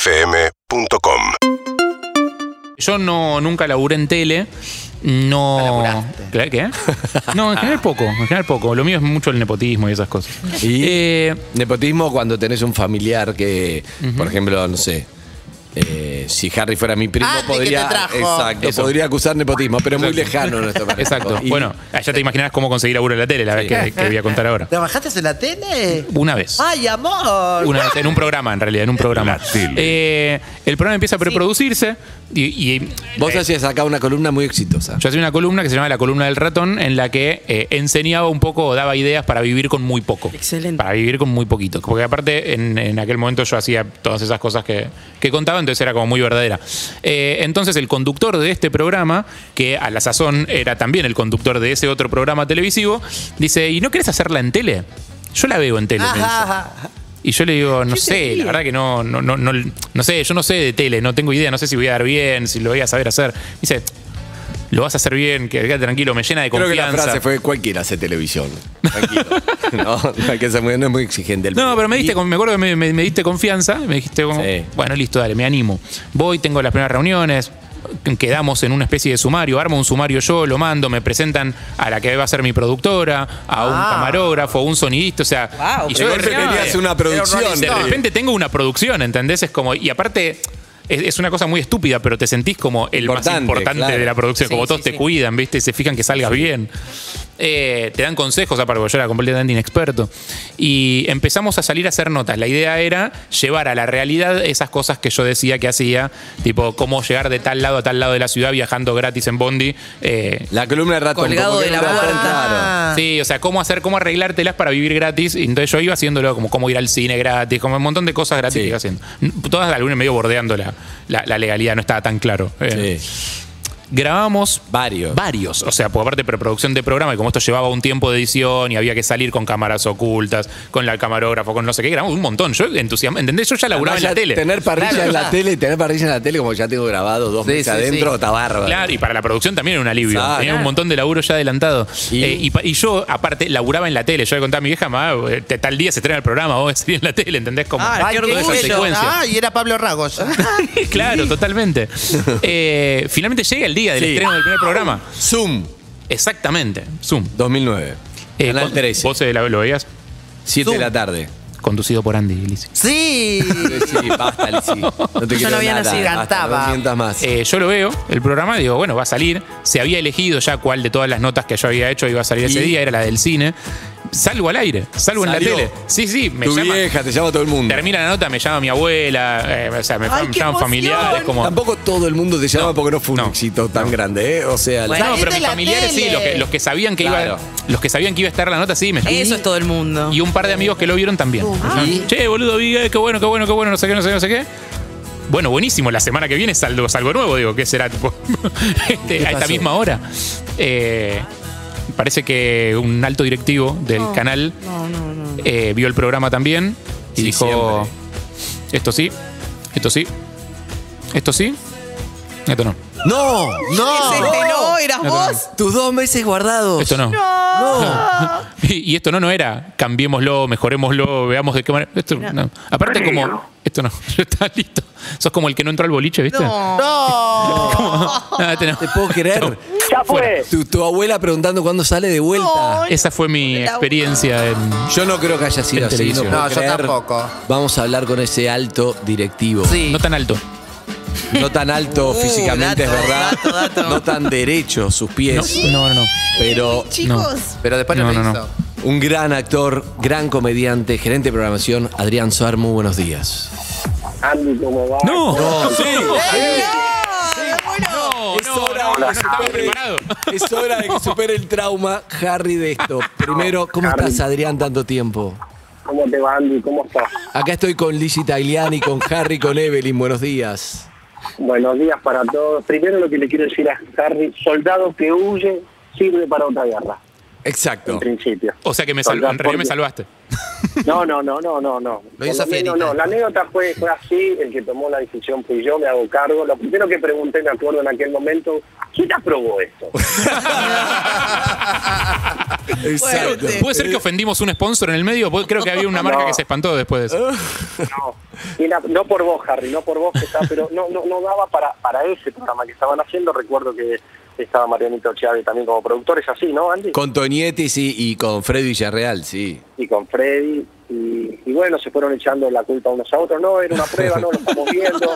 UrbanaPlayFM.com Yo no, nunca laburé en tele. Ah, No. ¿Qué? ¿Qué? No, en general poco, en general poco. Lo mío es mucho el nepotismo y esas cosas. Y Eh, nepotismo cuando tenés un familiar que, por ejemplo, no sé. eh, si Harry fuera mi primo, Ah, el que te podría, trajo. exacto, Eso. podría acusar nepotismo, pero es muy lejano nuestro país. exacto. Y- Bueno, ah, ya te imaginarás cómo conseguir laburo en la tele, la vez que, que voy a contar ahora. ¿Trabajaste en la tele? Una vez. ¡Ay, amor! Una vez, en un programa, en realidad, en un programa. Eh, el programa empieza a preproducirse y, y- Vos hacías acá una columna muy exitosa. Yo hacía una columna que se llamaba La columna del ratón, en la que eh, enseñaba un poco, o daba ideas para vivir con muy poco. Excelente. Para vivir con muy poquito. Porque aparte, en, en aquel momento yo hacía todas esas cosas que, que contaba, entonces era como muy verdadera. Eh, entonces, el conductor de este programa, que a la sazón era también el conductor de ese otro programa televisivo, dice: ¿Y no querés hacerla en tele? Yo la veo en tele. me dice. Ajá. Y yo le digo, no ¿Qué sé, sería? la verdad que no, no, no, no, no sé, yo no sé de tele, no tengo idea, no sé si voy a dar bien, si lo voy a saber hacer. Me dice, lo vas a hacer bien, que quédate tranquilo, me llena de Creo que confianza. la frase fue cualquiera hace televisión. Tranquilo. no, no hay que ser muy, no es muy exigente. el- No, pero me diste, Y- con- me acuerdo que me, me- me diste confianza, me dijiste, como, Sí. bueno, listo, dale, me animo. Voy, tengo las primeras reuniones, quedamos en una especie de sumario, armo un sumario yo, lo mando, me presentan a la que va a ser mi productora, a un camarógrafo, a un sonidista, o sea, Ah. Wow, y de yo de golpe repente- tenías una producción. De repente tengo una producción, ¿entendés? Es como. Y aparte. Es, es una cosa muy estúpida, pero te sentís como el más Importante, importante claro. de la producción. Sí, como todos sí, te sí. cuidan, ¿viste? Y se fijan que salgas bien. Eh, te dan consejos, aparte, porque yo era completamente inexperto. Y empezamos a salir a hacer notas. La idea era llevar a la realidad esas cosas que yo decía que hacía, tipo cómo llegar de tal lado a tal lado de la ciudad viajando gratis en Bondi. eh, La columna de ratón. Colgado como que de la era un ratón, puerta. claro. Sí, o sea, cómo hacer, cómo arreglártelas para vivir gratis. Y Entonces yo iba haciéndolo como cómo ir al cine gratis, como un montón de cosas gratis Sí. que iba haciendo. N- Todas algunas medio bordeando la, la- la legalidad, no estaba tan claro. Eh, Sí. Grabamos Varios. varios, o sea, por aparte preproducción de programa, y como esto llevaba un tiempo de edición y había que salir con cámaras ocultas, con la camarógrafo, con no sé qué, grabamos un montón. Yo entusiasmo, ¿entendés? Yo ya laburaba Además, en la ya tele. Tener parrilla Claro, en la ya. tele, tener parrilla en la tele como ya tengo grabado dos Sí, meses sí, adentro, sí. está bárbaro. Claro, y para la producción también era un alivio. Claro. Tenía un montón de laburo ya adelantado. Y- Eh, Y, pa- y yo, aparte, laburaba en la tele. Yo le contaba a mi vieja, mamá, eh, te- tal día se estrena el programa, vos salís en la tele, ¿entendés? Como, Ah, toda qué esa orgullo. secuencia. Ah, y era Pablo Ragos. Eh, claro, totalmente. Eh, finalmente llega el día del Sí. estreno del primer programa. Zoom Exactamente, Zoom. 2009. Eh, Canal con- 13. ¿Vos eh, la- lo veías? 7 de la tarde. Conducido por Andy Lisi. Sí. Sí, basta, Lizzy. No te quiero no había nada. nacido. Basta, Cantaba. No sientas más. Eh, yo lo veo, el programa, digo, bueno, va a salir. Se había elegido ya cuál de todas las notas que yo había hecho iba a salir ese Y- día, era la del cine. Salgo al aire, salgo en la Salió. tele. Sí, sí, me tu llama. vieja, te llama todo el mundo. Termina la nota, me llama mi abuela, eh, o sea, me, Ay, me qué llaman emoción. familiares, como. Tampoco todo el mundo te llama porque no fue un no, éxito tan grande, ¿eh? O sea, Bueno. No, pero Salí de mis la familiares sí, tele. los que, los que sabían que Claro. iba, los que sabían que iba a estar la nota, sí, me llamaron. Eso es todo el mundo. Y un par de amigos que lo vieron también. Me Ah. llamaron, ¿Y? Che, boludo, vi, eh, qué bueno, qué bueno, qué bueno, no sé qué, no sé qué, no sé qué. Bueno, buenísimo, la semana que viene salgo, salgo nuevo, digo, ¿qué será? Tipo, este, a esta pasó? misma hora. Eh, parece que un alto directivo del canal No, no, no. eh, vio el programa también y Sí, dijo: Esto sí, esto sí, esto sí, esto no. no, no. Este no, eras vos. Tus dos meses guardados. Pues Esto no. Y, y esto no, no era cambiémoslo, mejorémoslo, veamos de qué manera. Esto, no. Aparte, como. Esto no, ya está listo. Sos como el que no entró al boliche, ¿viste? No. Ah, este no. Te puedo creer. Ya fue. Tu, tu abuela preguntando cuándo sale de vuelta. Esa fue mi experiencia en. Yo no creo que haya sido En así. televisión. puedo No, yo creer. tampoco. Vamos a hablar con ese alto directivo. Sí. No tan alto. No tan alto Uh, físicamente, dato, es verdad. dato, dato. No tan derecho sus No, pies. no, no. no. Pero Chicos. Pero después no, No, lo no, hizo. no. un gran actor, gran comediante, gerente de programación, Adrián Suar, muy buenos días. Andy, ¿cómo va? No, sí. Es hora de que estaba supere- preparado. Es hora de que supere el trauma, Harry, de esto. Primero, ¿cómo Harry. estás, Adrián, tanto tiempo? ¿Cómo te va, Andy? ¿Cómo estás? Acá estoy con Lizzie Tagliani, con Harry, con Evelyn. Buenos días. Buenos días para todos. Primero lo que le quiero decir a Harry, soldado que huye sirve para otra guerra, Exacto. en principio. O sea que me, salvó, en realidad me salvaste. No, no, no, no, no, no. Lo hizo Por menos Fierita. No, la anécdota fue, fue así, el que tomó la decisión fui yo, me hago cargo. Lo primero que pregunté, me acuerdo en aquel momento, ¿quién aprobó esto? Exacto. Fuerte. ¿Puede ser que ofendimos un sponsor en el medio? Pu- Creo que había una marca No. que se espantó después de eso. No, Y la- no por vos, Harry, no por vos que está, pero no, no, no daba para, para ese programa que estaban haciendo. Recuerdo que estaba Marianito Chiave también como productor, es así, ¿no, Andy? Con Tonietti, sí, y con Fred Villarreal, sí. y con Freddy. Y, y bueno, se fueron echando la culpa unos a otros. No, era una prueba, no lo estamos viendo.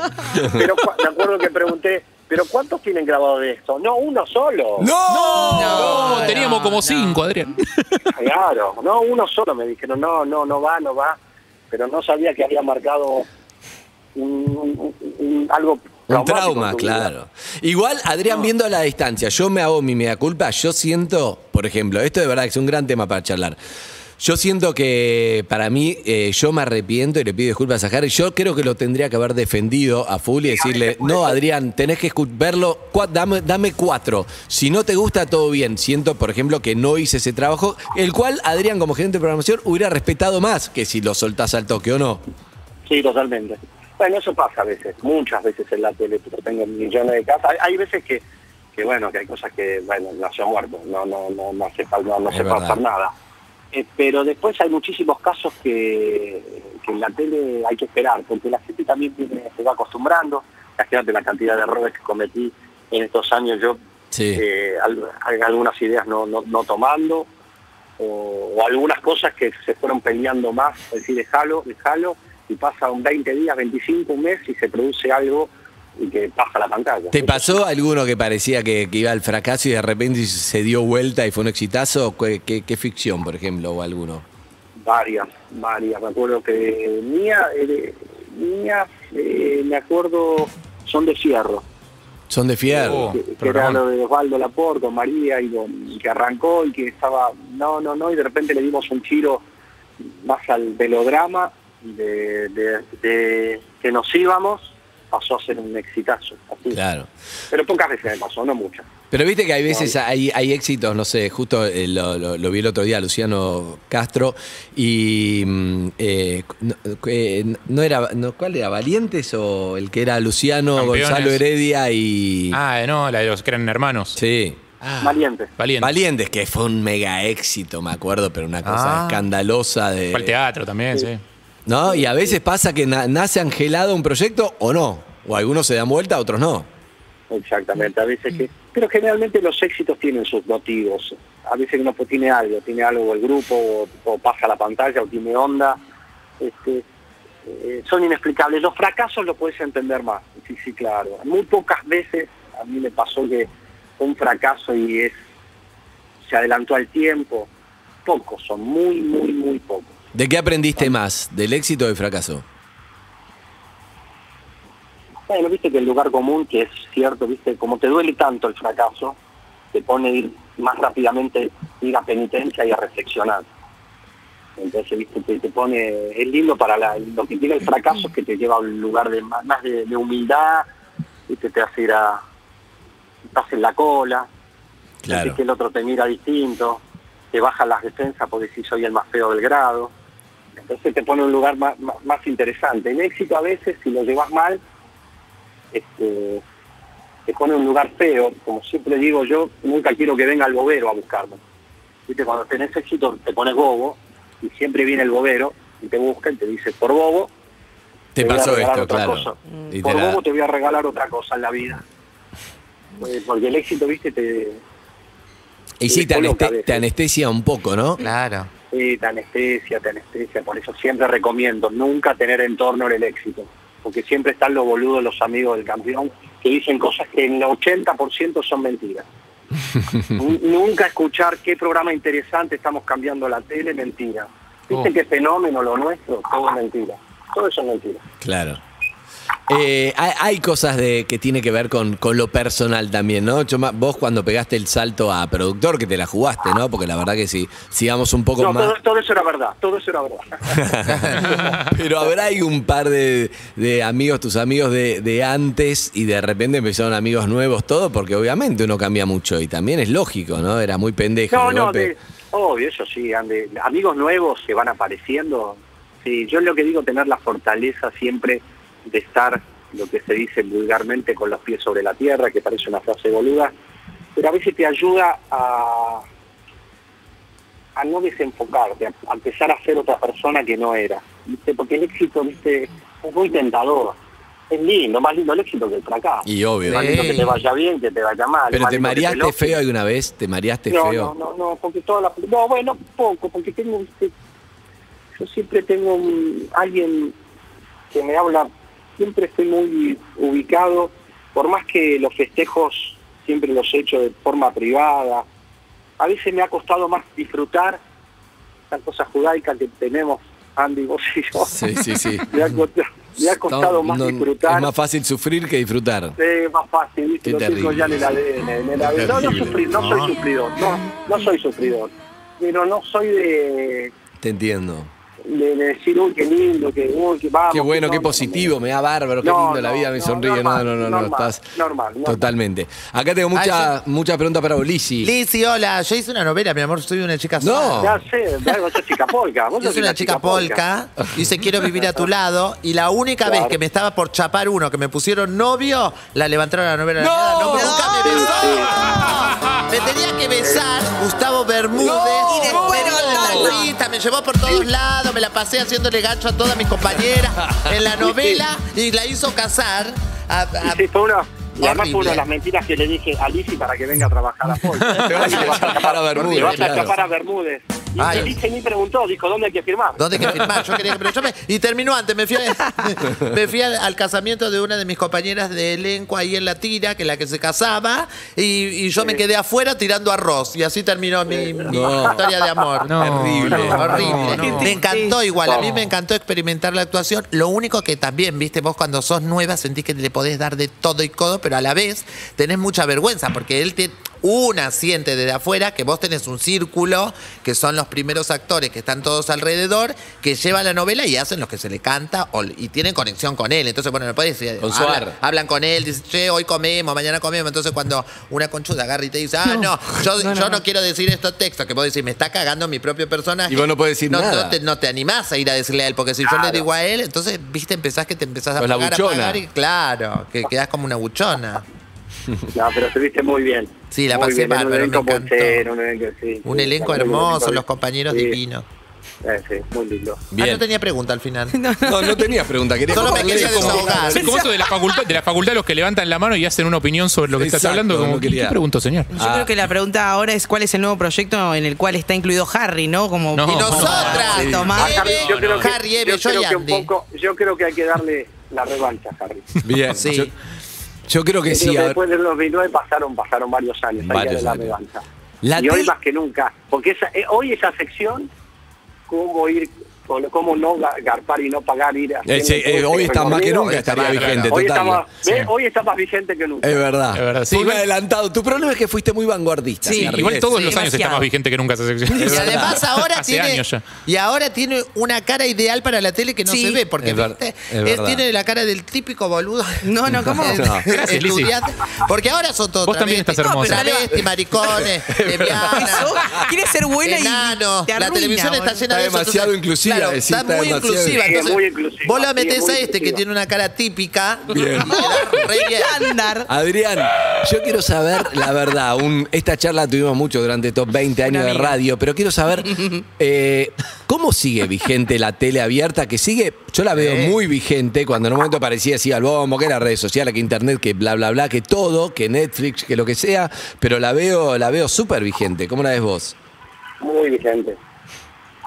Pero cua- me acuerdo que pregunté, ¿pero cuántos tienen grabado de esto? No, uno solo. ¡No! No, Oh, teníamos como no. cinco, Adrián. Claro, no, uno solo. Me dijeron, no, no, no va, no va. Pero no sabía que había marcado un, un- un- algo. Un traumático en trauma, tu vida. claro. Igual, Adrián, viendo a la distancia, yo me hago mi mea culpa, yo siento, por ejemplo, esto de verdad que es un gran tema para charlar. Yo siento que para mí, eh, yo me arrepiento y le pido disculpas a Harry. Yo creo que lo tendría que haber defendido a full y decirle, no, Adrián, tenés que escu- verlo, cua- dame, dame cuatro. Si no te gusta, todo bien. Siento, por ejemplo, que no hice ese trabajo, el cual Adrián, como gerente de programación, hubiera respetado más que si lo soltás al toque o no. Sí, totalmente. Bueno, eso pasa a veces, muchas veces en la tele, pero tengo millones de casas. Hay, hay veces que, que, bueno, que hay cosas que, bueno, nació muerto, no, no, no, no hace fal- no, no Es se puede verdad. hacer nada. Eh, pero después hay muchísimos casos que, que en la tele hay que esperar, porque la gente también tiene- se va acostumbrando. Imagínate la cantidad de errores que cometí en estos años yo Sí. eh, al- al- algunas ideas no, no- no tomando o, o algunas cosas que se fueron peleando más, es decir, dejalo, dejalo y pasa un 20 días, 25, un mes y se produce algo y que pasa la pantalla. ¿Te pasó alguno que parecía que, que iba al fracaso y de repente se dio vuelta y fue un exitazo? ¿Qué, qué- qué ficción, por ejemplo, o alguno? Varias, varias. Me acuerdo que mía, eh, mía, eh, me acuerdo, son de cierro. Son de fierro. Oh. que, que era programón. lo de Osvaldo Laporte, con María y, con- y que arrancó y que estaba, no, no, no, y de repente le dimos un giro más al melodrama de, de- de que nos íbamos, pasó a ser un exitazo. así. Claro. Pero pocas veces me pasó, no muchas. Pero viste que hay veces hay, hay éxitos, no sé, justo eh, lo, lo- lo vi el otro día, Luciano Castro, y mm, eh, no, eh, no era, no, ¿cuál era? ¿Valientes o el que era Luciano, Campeones. Gonzalo Heredia y... Ah, no, la de los que eran hermanos. Sí. Valiente. Valiente. Valientes, que fue un mega éxito, me acuerdo, pero una cosa Ah. escandalosa de... Fue al teatro también, sí. ¿No? Y a veces pasa que na- nace angelado un proyecto o no. O algunos se dan vuelta, otros no. Exactamente, a veces que... Pero generalmente los éxitos tienen sus motivos. A veces uno pues, tiene algo, tiene algo el grupo, o, o pasa la pantalla, o tiene onda. Este, eh, son inexplicables. Los fracasos los puedes entender más. Sí, sí, claro. Muy pocas veces a mí me pasó que fue un fracaso y es se adelantó al tiempo. Pocos, son muy, muy, muy pocos. ¿De qué Ah. aprendiste más? ¿Del éxito o del fracaso? Bueno, viste que el lugar común, que es cierto, viste, como te duele tanto el fracaso, te pone ir más rápidamente ir a penitencia y a reflexionar. Entonces, viste, te, te pone, es lindo para la- lo que tiene el fracaso, es que te lleva a un lugar de más, más de, de humildad, viste, te hace ir a, estás en la cola, Claro. sentís que el otro te mira distinto, te bajan las defensas porque si soy el más feo del grado. Entonces te pone en un lugar más, más- más interesante. El éxito a veces, si lo llevas mal, este, te pone en un lugar feo. Como siempre digo yo, nunca quiero que venga el bobero a buscarme. ¿Viste? Cuando tenés éxito te pones bobo y siempre viene el bobero y te busca y te dice, por bobo, Te voy a pasó regalar esto, otra claro. cosa. Y te Por la- bobo te voy a regalar otra cosa en la vida. Eh, Porque el éxito, viste, te, Y sí, te, te coloca aneste- a veces. te anestesia un poco, ¿no? Claro. Sí, te anestesia, te anestesia. Por eso siempre recomiendo nunca tener en torno el éxito. Porque siempre están los boludos, los amigos del campeón, que dicen cosas que en el 80% son mentiras. N- nunca escuchar qué programa interesante estamos cambiando la tele, mentira. ¿Viste Oh. qué fenómeno lo nuestro? Todo es mentira. Todo eso es mentira. Claro. Eh, hay, hay cosas de, que tiene que ver con, con lo personal también, ¿no? Choma, vos cuando pegaste el salto a productor, que te la jugaste, ¿no? Porque la verdad que sí, sigamos un poco No, más. todo, todo eso era verdad, todo eso era verdad. Pero habrá ahí un par de, de amigos, tus amigos de, de antes, y de repente empezaron amigos nuevos, todo, porque obviamente uno cambia mucho y también es lógico, ¿no? Era muy pendejo. No, de no, golpe. de- Obvio, eso sí, Ande. amigos nuevos que van apareciendo. Sí, yo lo que digo, tener la fortaleza siempre de estar, lo que se dice vulgarmente, con los pies sobre la tierra, que parece una frase boluda, pero a veces te ayuda a, a no desenfocarte, a a empezar a ser otra persona que no era. ¿viste? Porque el éxito ¿viste? es muy tentador. Es lindo, más lindo el éxito que el fracaso. Y obvio. Más lindo que te vaya bien, que te vaya mal. Pero más te lindo que mareaste logres. feo alguna vez, te mareaste No, feo. no, no, no, porque toda la... No, bueno, poco, porque tengo... viste, Yo siempre tengo un- alguien que me habla, siempre estoy muy ubicado, por más que los festejos siempre los he hecho de forma privada, a veces me ha costado más disfrutar esa cosa judaica que tenemos, Andy, vos y yo. Sí, sí, sí. Me ha costado, me ha costado No, más no, disfrutar. Es más fácil sufrir que disfrutar. Sí, más fácil, ¿viste? Qué Lo tengo terrible. ya en el ADN. en el ADN. No, no, Terrible. sufrí, no soy sufridor, no, no soy sufridor. Pero no soy de, Te entiendo. de decir, uy, qué lindo, que, uy, que vamos. Qué bueno, que qué no, positivo, me da bárbaro, qué No, lindo la no, vida, me no, sonríe. normal, no, no, no, no, normal, estás. normal, normal. Totalmente. Acá tengo mucha, muchas preguntas para Bolisi. Lizzy, hola. Yo hice una novela, mi amor. Soy una chica No. sola. Ya sé, ya vos sos chica polca. Vos Yo sos soy una chica polca, dice quiero vivir a tu lado y la única Claro. vez que me estaba por chapar uno, que me pusieron novio, la levantaron a la novela. de la nada. No, nunca me besó. Me tenía que besar Gustavo Bermúdez. No. Y después Me dio no. la rita, me llevó por todos lados, me la pasé haciéndole gancho a todas mis compañeras en la novela y la hizo casar. a- Y a- sí, fue una... Y además fue Horrible. una de las mentiras que le dije a Lizzy para que venga a trabajar a Polca. Te vas a Te escapar a Bermúdez, Te vas a claro. escapar a Bermúdez. Y Ay. Lizzy ni preguntó, dijo, ¿dónde hay que firmar? ¿Dónde querés firmar? Yo quería que- pero yo me- y terminó antes, me fui, a- me fui al, al casamiento de una de mis compañeras de elenco ahí en La Tira, que es la que se casaba, y, y yo me quedé afuera tirando arroz. Y así terminó mi, mi No. historia de amor. No, Terrible. no, Horrible. no, no. Me encantó igual, a mí me encantó experimentar la actuación. Lo único que también, viste, vos cuando sos nueva sentís que le podés dar de todo y codo, pero a la vez tenés mucha vergüenza porque él te una siente desde afuera que vos tenés un círculo que son los primeros actores que están todos alrededor que llevan la novela y hacen los que se le canta o- y tienen conexión con él entonces bueno no podés decir Con hablan- Suar. hablan con él dicen che hoy comemos mañana comemos entonces cuando una conchuda agarra y te dice ah no, yo, yo no, quiero decir estos textos que vos decís me está cagando mi propio personaje Y vos no podés decir no, nada. No te, no te animás a ir a decirle a él, porque si yo le digo a él, entonces, viste, empezás que te empezás a Sos la pagar, a buchona. pagar y claro, que quedás como una buchona. No, pero estuviste muy bien. Sí, la Muy pasé bien, era bárbaro, me Un elenco encantó. portero, un elenco, sí, Un sí, elenco la verdad que hermoso, me los compañeros Sí, divinos. eh, sí, muy lindo. Ah, Bien. no tenía pregunta al final. No, no tenías pregunta, quería Solo me contarle quería cómo- desahogar. Sí, como eso de la facultad, de la facultad los que levantan la mano y hacen una opinión sobre lo que estás Exacto, hablando, como no ¿qué- quería. ¿qué pregunto, señor? Yo creo que la pregunta ahora es cuál es el nuevo proyecto en el cual está incluido Harry, ¿no? Como No. y nosotras, Sí. Tomás, Acá, Eve, yo creo que, Harry, Eve, yo yo, creo y que un Andy. poco, yo creo que hay que darle la revancha, Harry. Bien, Sí. yo, yo creo que Yo creo sí. que a ver. después del 2009 pasaron, pasaron varios años, hay que Varios darle la años. revancha. La y hoy tele- más que nunca, porque esa, eh, hoy esa sección, cómo ir, con- cómo no ga- garpar y no pagar, ir Eh, haciendo sí, eh, todo hoy ese está más que recorrido. nunca, estaría más, vigente, Hoy está, total. más, Sí. ¿ves? hoy está más vigente que nunca. Es verdad. Es verdad, sí, Fue un igual- adelantado. Tu problema es que fuiste muy vanguardista. Sí, Carrie. Igual todos sí, los años está demasiado. más vigente que nunca esa sección. Y además ahora Hace tiene años ya. y ahora tiene una cara ideal para la tele que no Sí. se ve porque Es ver- viste, es él verdad. Ah, tiene la cara del típico boludo. No, no, ¿cómo? Eh, No. Gracias, Lizzy. estudiante, porque ahora son todos Vos también travestis, estás hermosa. travestis, maricones, Ay, lesbianas. sos- Quieres ser buena Enano, y te la arruina, televisión boludo. está llena Está de eso, demasiado inclusiva, claro, decís, está, está muy demasiado- inclusiva. Sí, es entonces, muy inclusiva, Vos la sí, es metés muy a este que inclusiva. tiene una cara típica. Bien. y le da re bien. Estándar. Adrián, yo quiero saber la verdad. un- esta charla tuvimos mucho durante estos 20 años de amiga. radio, pero quiero saber eh, cómo sigue vigente la tele abierta, que sigue, yo la veo muy vigente, cuando en un momento parecía así al bombo, que las redes sociales, que internet, que bla, bla, bla, que todo, que Netflix, que lo que sea, pero la veo, la veo súper vigente. ¿Cómo la ves vos? Muy vigente.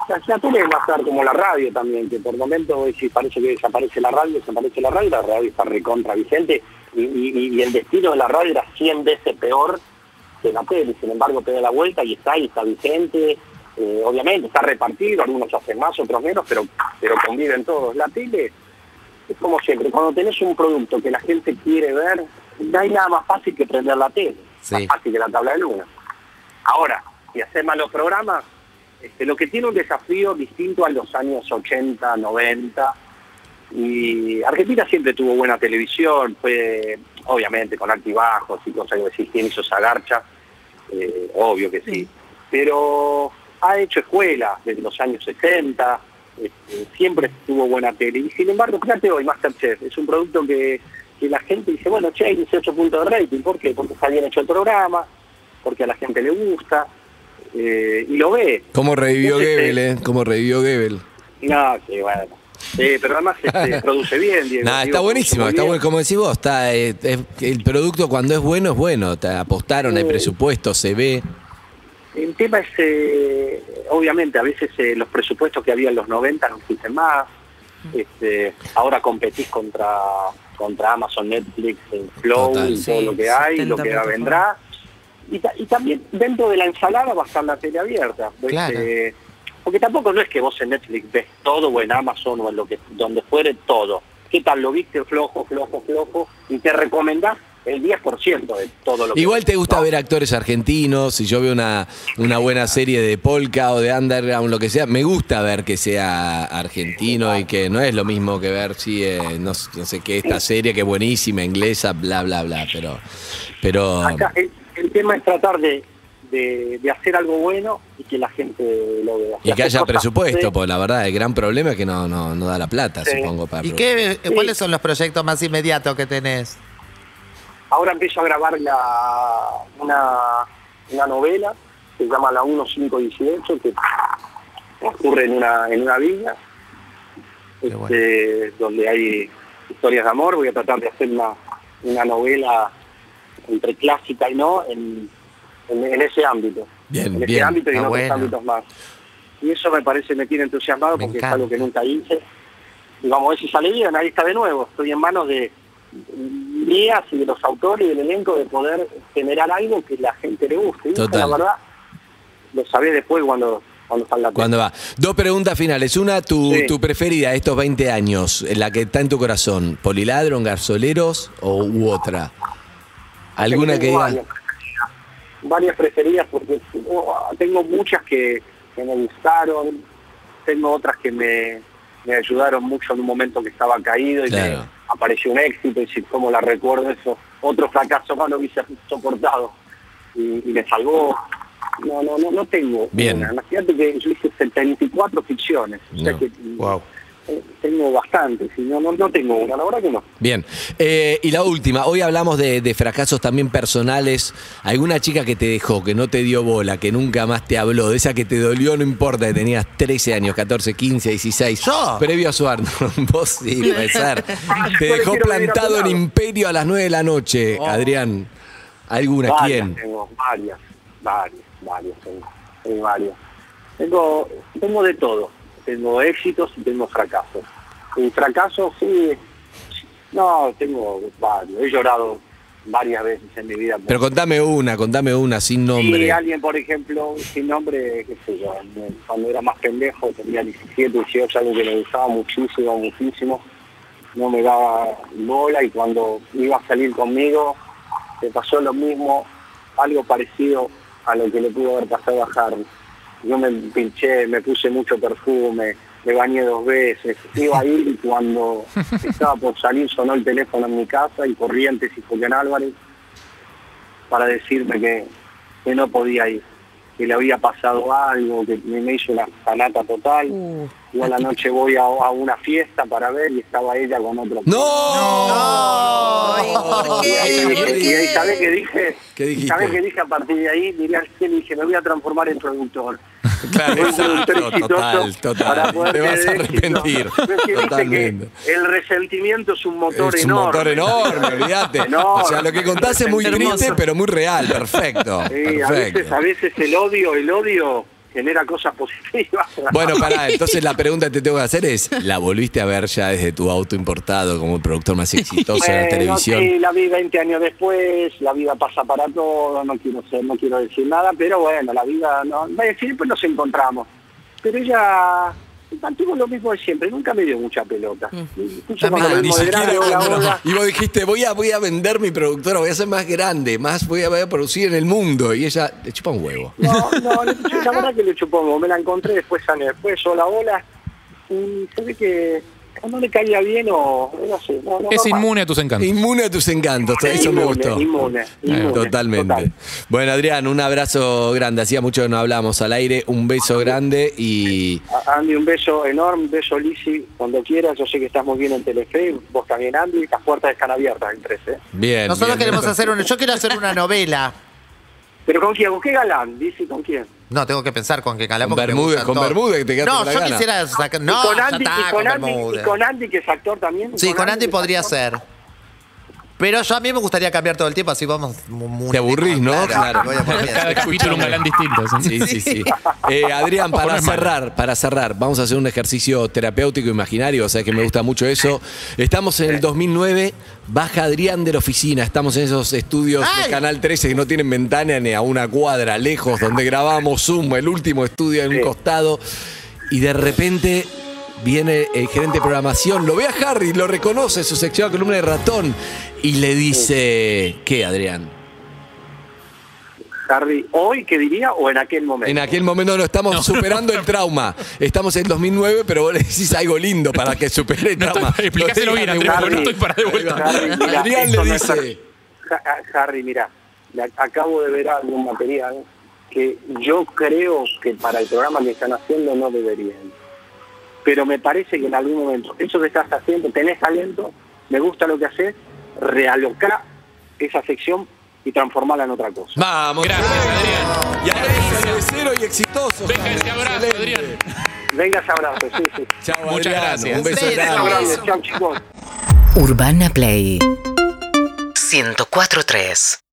La, la tele va a estar como la radio también, que por momentos si parece que desaparece la radio, desaparece la radio, la radio está recontra vigente y, y- y el destino de la radio era 100 veces peor que la tele, sin embargo te da la vuelta y está ahí, está vigente, Eh, obviamente está repartido, algunos hacen más, otros menos, pero, pero conviven todos. La tele es como siempre, cuando tenés un producto que la gente quiere ver, no hay nada más fácil que prender la tele, Sí. más fácil que la tabla de luna. Ahora, si hacer malos programas, este, lo que tiene un desafío distinto a los años 80, 90, y Argentina siempre tuvo buena televisión, fue obviamente con altibajos y cosas que decís, ¿quién hizo esa garcha? Eh, obvio que sí. Pero ha hecho escuela desde los años 60, este, siempre tuvo buena tele. Y sin embargo, fíjate hoy, Masterchef, es un producto que, que la gente dice, bueno, che, hay 18 puntos de rating, ¿por qué? Porque está bien hecho el programa, porque a la gente le gusta, eh, y lo ve. ¿Cómo revivió Entonces, Goebel, eh? ¿Cómo revivió Goebel? No, que bueno. Eh, pero además este, produce bien, Diego. Nada, Digo, está buenísimo, produce está muy bueno, bien. como decís vos, está, eh, es- el producto cuando es bueno es bueno, te apostaron, hay Sí. presupuesto, se ve. El tema es, eh, obviamente, a veces eh, los presupuestos que había en los 90 no existen más. Este, ahora competís contra, contra Amazon, Netflix, el Flow, Total. y todo Sí, lo que hay, 70 lo que plataformas. vendrá. Y, ta- y también dentro de la ensalada va a estar la tele abierta. ¿ves? Claro. Eh, porque tampoco no es que vos en Netflix ves todo o en Amazon o en lo que donde fuere todo. ¿Qué tal? Lo viste flojo, flojo, flojo y te recomendás el 10% de todo lo que Igual te gusta ¿no? ver actores argentinos, si yo veo una, una buena serie de polka o de underground, lo que sea, me gusta ver que sea argentino y que no es lo mismo que ver, sí, eh, no, s- no sé qué, esta serie que es buenísima, inglesa, bla, bla, bla, pero... pero Acá el, el tema es tratar de, de- de hacer algo bueno y que la gente lo vea. y que haya Hacer cosas presupuesto, de- porque la verdad, el gran problema es que no, no, no da la plata, Sí. supongo, para... ¿Y qué, eh, cuáles son los proyectos más inmediatos que tenés? Ahora empiezo a grabar la, una, una novela que se llama La 1518, que ocurre en una, en una villa, Qué bueno. este, donde hay historias de amor. Voy a tratar de hacer una, una novela entre clásica y no en, en- en ese ámbito. Bien, en ese bien. ámbito y en Ah, otros bueno. ámbitos más. Y eso me parece me tiene entusiasmado Me porque encanta. es algo que nunca hice. Y vamos a ver si sale bien, ahí está de nuevo. Estoy en manos de mías y de los autores y del elenco de poder generar algo que la gente le guste. Y eso, Total. la verdad, lo sabés después cuando, cuando salga. Cuando va. Dos preguntas finales. Una, tu, Sí. tu preferida de estos 20 años, eh, la que está en tu corazón. ¿Poliladron, Garzoleros o, u otra? ¿Alguna que Tengo digas? varias preferidas. Varias preferidas porque oh, tengo muchas que, que me gustaron, tengo otras que me, me ayudaron mucho en un momento que estaba caído y Claro. me apareció un éxito y si como la recuerdo eso, otro fracaso más no hubiese soportado y, y me salvó. No, no, no, no tengo. Bien. una. Imagínate que yo hice 74 ficciones. O sea No. que, eh, Tengo bastantes, y no, no, no tengo una, la verdad que no. Bien. Eh, y la última, hoy hablamos de, de fracasos también personales. ¿Alguna chica que te dejó, que no te dio bola, que nunca más te habló, de esa que te dolió, no importa, que tenías 13 años, 14, 15, 16? ¿Yo? Previo a su Arnold, vos sí, puede ser. Ah, Te yo le dejó quiero venir a Oh. plantado en pegar. Imperio a las 9 de la noche, Adrián. ¿Alguna? varias ¿Quién? Tengo varias, varias, varias tengo. Tengo varias. Tengo, tengo de todo. Tengo éxitos y tengo fracasos. Y fracasos, sí. No, tengo varios. He llorado varias veces en mi vida. por- Pero contame una, contame una, sin nombre. Sí, alguien, por ejemplo, sin nombre, qué sé yo, cuando era más pendejo, tenía 17, 18, algo que me gustaba muchísimo, muchísimo, no me daba bola y cuando iba a salir conmigo, le pasó lo mismo, algo parecido a lo que le pudo haber pasado a Harry. Yo me pinché, me puse mucho perfume, me bañé dos veces, iba a ir y cuando estaba por salir sonó el teléfono en mi casa y Corrientes y Julián Álvarez para decirme que, que no podía ir, que le había pasado algo, que me me hizo una panata total. Uh, Yo a la noche voy a, a una fiesta para ver y estaba ella con otro. ¡No! Ay, ¿por Y ahí- qué? ¿Por y ahí- y ahí, ¿sabés qué qué? dije? ¿Qué dijiste? ¿Sabés qué dije a partir de ahí? Miré al cielo y dije, me voy a transformar en productor. Claro, Voy a ser un exacto, exitoso total, para total. poder Te vas a tener éxito. arrepentir. Pero es que viste Totalmente. que el resentimiento es un motor Es un enorme. motor enorme, olvídate. Enorme. O sea, lo que contás es muy Hermoso. triste, pero muy real, perfecto. Sí, a veces, perfecto. a veces el odio, el odio genera cosas positivas. Bueno, pará, entonces la pregunta que te tengo que hacer es, ¿la volviste a ver ya desde tu auto importado como el productor más exitoso de la Bueno, televisión? sí, la vi 20 años después, la vida pasa para todo, no quiero ser, no quiero decir nada, pero bueno, la vida no, bueno, siempre nos encontramos. Pero ella mantuvo lo mismo de siempre, nunca me dio mucha pelota. Incluso cuando También, lo Ni vimos de siquiera grande, hola, cuando- hola. Y vos dijiste, voy a, voy a vender mi productora, voy a ser más grande, más voy a, voy a producir en el mundo. Y ella le chupa un huevo. No, no, le- la verdad que le chupó, me la encontré después años después, hola, hola. Y se ve que o no le caía bien o no sé. no, no, Es normal. inmune a tus encantos. Inmune a tus encantos, eso me Inmune, gustó. inmune, inmune, Totalmente. total. Bueno, Adrián, un abrazo grande. Hacía mucho que no hablamos al aire. Un beso grande y A- Andy, un beso enorme, un beso Lisi, cuando quieras, yo sé que estás muy bien en Telefe, vos también Andy, las puertas están abiertas en 13. ¿eh? bien. Nosotros bien. queremos hacer una. Yo quiero hacer una novela. Pero con quién, con qué galán, Lisi, con quién. No, tengo que pensar con qué calamos. Con Bermúdez, con Bermúdez, que te quedaste No, con la yo gana. quisiera sacar. No, y con ya Andy, está, y con, con Andy y Bermúdez. con Andy, que es actor también. Sí, con Andy que es podría actor. ser. Pero yo a mí me gustaría cambiar todo el tiempo, así vamos. mu- mu- Te aburrís, ¿no? Claro. voy a poner- Cada capítulo un galán distinto. ¿sí? Sí, sí, sí. Eh, Adrián, para cerrar, para cerrar, vamos a hacer un ejercicio terapéutico imaginario, o sea que me gusta mucho eso. Estamos en el 2009, baja Adrián de la oficina, estamos en esos estudios de ¡Ay! Canal 13 que no tienen ventana ni a una cuadra, lejos, donde grabamos Zoom, el último estudio en un Sí. costado, y de repente... Viene el gerente de programación, lo ve a Harry, lo reconoce, su sección de columna de ratón, y le dice, ¿qué, Adrián? Harry, hoy, ¿qué diría? O en aquel momento. En aquel momento no estamos superando el trauma. Estamos en 2009, pero vos le decís algo lindo para que supere el No trauma. estoy- explicáselo Lo bien, dejan Andrés, igual. porque no estoy para de vuelta. Harry, mira, Adrián esto le no es dice, Ja- Harry, mira, le ac- acabo de ver algún material que yo creo que para el programa que están haciendo no deberían. Pero me parece que en algún momento, eso que estás haciendo, tenés talento, me gusta lo que haces, realocá esa sección y transformala en otra cosa. vamos. Gracias, Adrián. Y ahora es cervecero y exitoso. Deja ese abrazo, Excelente. Adrián. Venga ese abrazo, sí, sí. Chao, Muchas Adrián. gracias. Un beso Beso. grande. Grande, Chao chicos. Urbana Play 104.3